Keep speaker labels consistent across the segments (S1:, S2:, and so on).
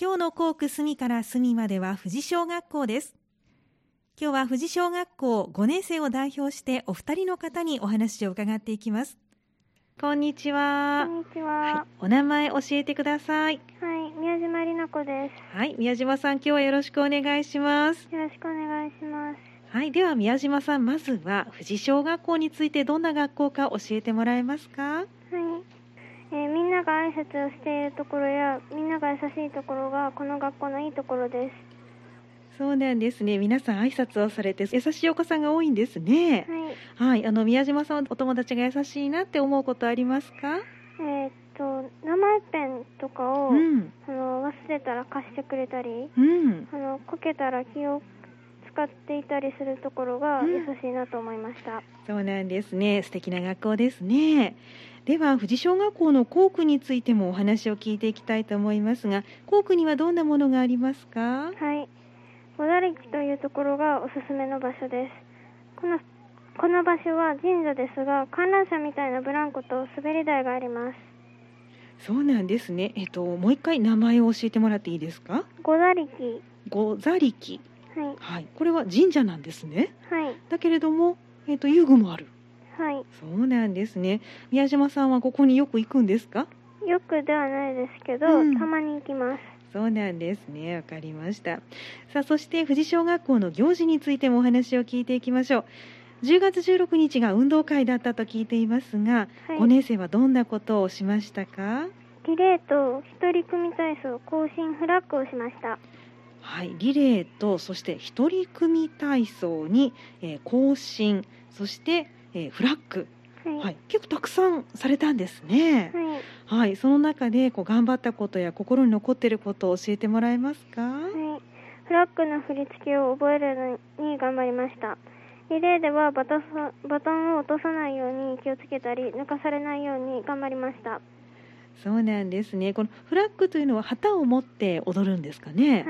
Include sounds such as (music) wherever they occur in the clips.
S1: 今日の校区隅から隅までは富士小学校です今日は富士小学校5年生を代表してお二人の方にお話を伺っていきますこんにち
S2: こ
S1: は
S2: んにち
S1: は
S2: は。
S1: い、お名前教えてください
S2: はい、宮島里奈子で
S1: はい宮島さん今日はよろしくお願いします
S2: す。よろしくお願いします。
S1: はいでは宮島さんまずは富士小学校についてどんな学校か教えてもらえますか
S2: はい。えーみんなが挨拶をしているところや、みんなが優しいところが、この学校のいいところです。
S1: そうなんですね皆さん挨拶をされて優しいお子さんが多いんですね
S2: はい。
S1: はい、あの宮島さん、お友達が優しいなって思うことありますか。
S2: えーっと、名前ペンとかを、
S1: うん、
S2: あの、忘れたら貸してくれたり、
S1: うん、
S2: あの、こけたら気を使っていたりするところが、
S1: うん
S2: 優しいなと思いました。
S1: そうなんですね。素敵な学校ですね。では、富士小学校の校区についてもお話を聞いていきたいと思いますが、校区にはどんなものがありますか。
S2: はい。小だれきというところがおすすめの場所です。このこの場所は神社ですが、観覧車みたいなブランコと滑り台があります。
S1: そうなんですね。えっと、もう一回名前を教えてもらっていいですか。
S2: 小だれき。
S1: ござりき。
S2: はい。
S1: はい、これは神社なんですね。
S2: はい。
S1: だけれども、えっと、遊具もある。
S2: は
S1: そうなんですね。宮島さんはここによく行くんですか。
S2: い。よくではないですけど、
S1: うん
S2: たまに行きます。
S1: そうなんですね。わかりました。さあ、そして富士小学校の行事についてもお話を聞いていきましょう。10月16日が運動会だったと聞いていますが、
S2: はい。
S1: 5年生はどんなことをしましたか。
S2: リレーと一人組体操、更新フラッグをしました。
S1: はい、リレーとそして一人組体操に、えー行進、そして、えーフラッグ、
S2: はい。
S1: はい、結構たくさんされたんですね。
S2: はい。はい。
S1: はい、その中でこう頑張ったことや心に残っていることを教えてもらえますか。
S2: フラッグの振り付けを覚えるのに頑張りましたリレーではバトソバトンを落とさないように気をつけたり抜かされないように頑張りましたは
S1: そうなんですね。このフラッグというのは旗を持って踊るんですかね。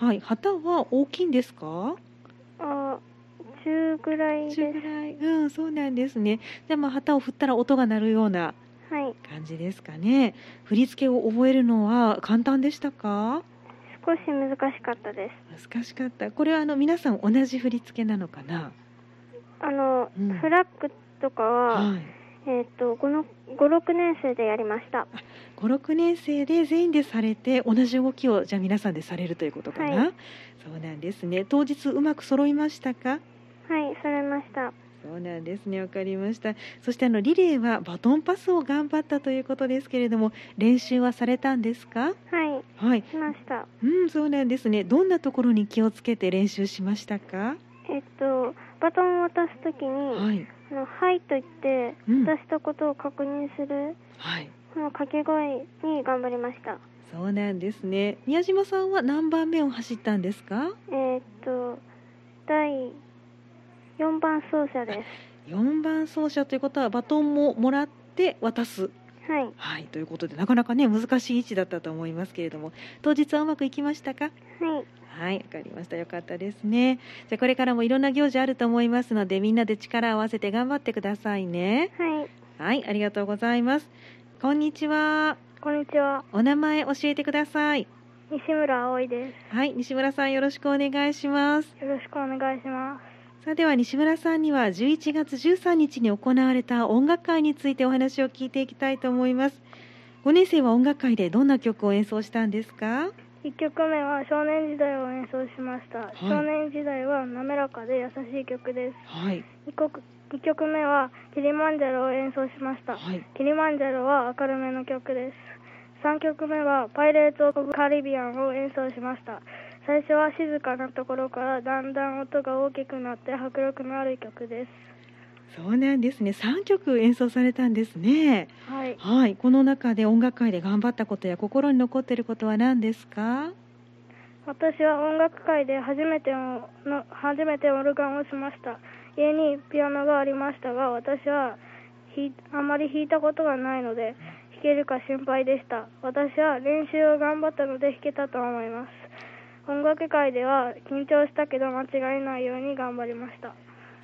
S2: い
S1: はい、旗は大きいんですか。
S2: あ中ぐらいです
S1: 中ぐらい、うん、そうなんですね。じゃあまあ旗を振ったら音が鳴るような
S2: はい
S1: 感じですかね。振り付けを覚えるのは簡単でしたか。
S2: 少し難しかったです
S1: 難しかった。これはあの皆さん同じ振り付けなのかな。
S2: あの、
S1: うん
S2: フラッグとかは、
S1: はい。
S2: えっ、とこの56年生でやりました
S1: 五六年生で全員でされて同じ動きをじゃあ皆さんでされるということかな。
S2: は
S1: そうなんですね。当日うまく揃いましたか。
S2: はい揃いました
S1: そうなんですね、わかりました。そしてあのリレーはバトンパスを頑張ったということですけれども、練習はされたんですか？
S2: はい
S1: はい、
S2: しました
S1: うん、そうなんですね。どんなところに気をつけて練習しましたか？
S2: えっ、とバトンを渡すときに、
S1: はい、
S2: あのはいと言って
S1: うん
S2: 渡したことを確認する、
S1: はい、
S2: この掛け声に頑張りました
S1: そうなんですね。宮島さんは何番目を走ったんですか？
S2: えーっと第4番走者で
S1: 四番走者ということはバトンももらって渡す。
S2: すはい
S1: はい、ということでなかなかね難しい位置だったと思いますけれども、当日はうまくいきましたか？
S2: はい
S1: はい、わかりました。よかったですね。じゃあこれからもいろんな行事あると思いますので、みんなで力を合わせて頑張ってくださいね。
S2: はい
S1: はい、ありがとうございます。こんにちは。
S2: こんにちは
S1: お名前教えてください。
S2: 西村葵で
S1: はい、西村さんよろしくお願いします。
S2: すよろしくお願いします
S1: さあでは西村さんには11月13日に行われた音楽会についてお話を聞いていきたいと思います。5年生は音楽会でどんな曲を演奏したんですか
S2: 1曲目は少年時代を演奏しました、
S1: い
S2: 少年時代は滑らかで優しい曲で
S1: はい、
S2: す 2, 曲2曲目はキリマンジャロを演奏しました
S1: はい、
S2: キリマンジャロは明るめの曲です。3曲目はパイレーツ・オブ・カリビアンを演奏しました。最初は静かなところからだんだん音が大きくなって迫力のある曲です。
S1: そうなんですね。3曲演奏されたんですね。
S2: はい。
S1: はい、この中で音楽会で頑張ったことや心に残っていることは何ですか。
S2: 私は音楽会で初めての初めてオルガンをしました。家にピアノがありましたが、私は弾いあまり弾いたことがないので、弾けるか心配でした。私は練習を頑張ったので弾けたと思います。音楽会では緊張したけど間違えないように頑張りました。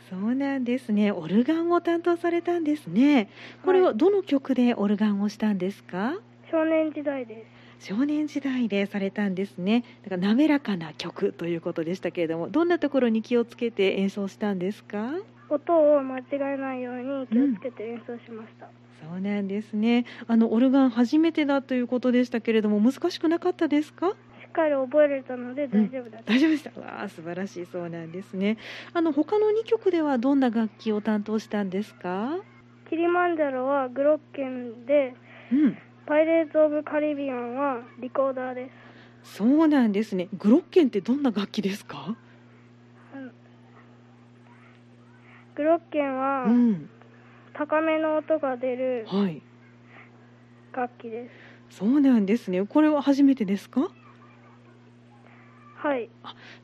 S1: そうなんですね。オルガンを担当されたんですね。これ
S2: は
S1: はいどの曲でオルガンをしたんですか。
S2: 少年時代です。
S1: 少年時代でされたんですねだから滑らかな曲ということでしたけれどもどんなところに気をつけて演奏したんですか
S2: 音を間違えないように気をつけて演奏しました、
S1: そうなんですねあのオルガン初めてだということでしたけれども難しくなかったですか
S2: しっかり覚えれたので大丈夫だった、
S1: 大丈夫でしたわあ素晴らしいそうなんですねあの他の2曲ではどんな楽器を担当したんですか
S2: キリマンジャロはグロッケンで
S1: うん
S2: パイレーツ・オブ・カリビアンはリコーダーです
S1: そうなんですねグロッケンってどんな楽器ですか
S2: あのグロッケンは
S1: うん
S2: 高めの音が出る
S1: はい
S2: 楽器です、
S1: そうなんですねこれは初めてですか
S2: はい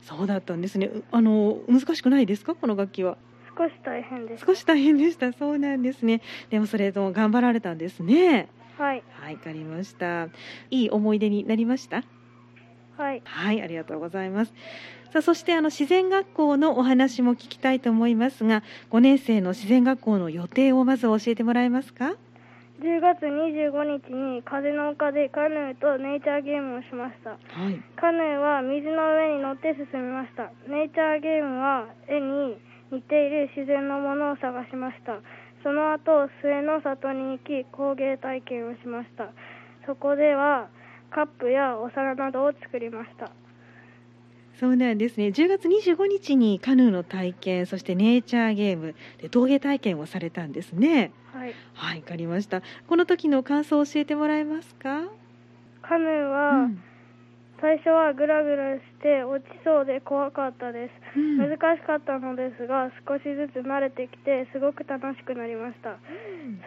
S1: そうだったんですねうあの難しくないですかこの楽器は
S2: 少し大変です
S1: 少し大変でしたそうなんですねでもそれとも頑張られたんですね
S2: はい
S1: はいわかりましたいい思い出になりました
S2: はい
S1: はい、ありがとうございます。さあ、そしてあの自然学校のお話も聞きたいと思いますが、5年生の自然学校の予定をまず教えてもらえますか。
S2: 10月25日に風の丘でカヌーとネイチャーゲームをしました
S1: はい。
S2: カヌーは水の上に乗って進みましたネイチャーゲームは絵に似ている自然のものを探しましたその後末の里に行き工芸体験をしましたそこではカップやお皿などを作りました
S1: そうなんですね。10月25日にカヌーの体験、そしてネイチャーゲーム、で陶芸体験をされたんですね。
S2: はい
S1: はい、わかりました。この時の感想を教えてもらえますか。
S2: カヌー
S1: う
S2: は最初はグラグラして落ちそうで怖かったです
S1: ん
S2: 難しかったのですが少しずつ慣れてきてすごく楽しくなりました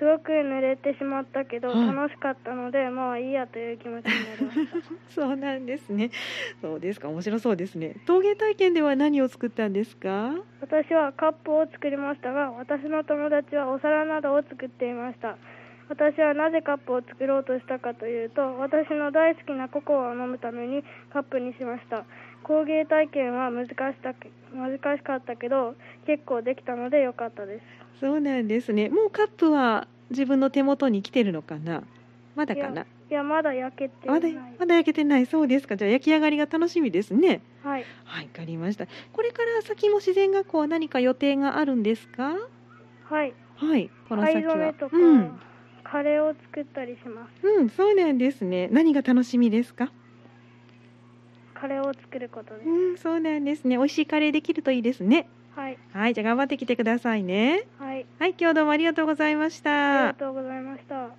S2: すごく濡れてしまったけど、
S1: はい
S2: 楽しかったのでまあいいやという気持ちになり
S1: (laughs)
S2: ました
S1: そうなんですね。そうですか。面白そうですね。陶芸体験では何を作ったんですか。
S2: 私はカップを作りましたが私の友達はお皿などを作っていました私はなぜカップを作ろうとしたかというと私の大好きなココアを飲むためにカップにしました工芸体験は難しかったけ難しかったけど結構できたので良かったです
S1: そうなんですね。もうカップは自分の手元に来てるのかな。まだか
S2: い
S1: な。
S2: いやまだ焼けていな
S1: まだ
S2: い、
S1: まだ焼けてない。そうですか。じゃあ焼き上がりが楽しみですね。
S2: はい
S1: はい、わかりました。これから先も自然学校は何か予定があるんですか。
S2: はい
S1: はい、この
S2: 藍
S1: 先
S2: 染め
S1: は。
S2: とか、
S1: うん、
S2: カレーを作ったりします
S1: うん、そうなんですね。何が楽しみですか。
S2: カレーを作ることです、
S1: うん、そうなんですね。美味しいカレーできるといいですね。
S2: はい
S1: はい、じゃあ頑張ってきてくださいね。
S2: はい
S1: はい、今日どうもありがとうございました。
S2: ありがとうございました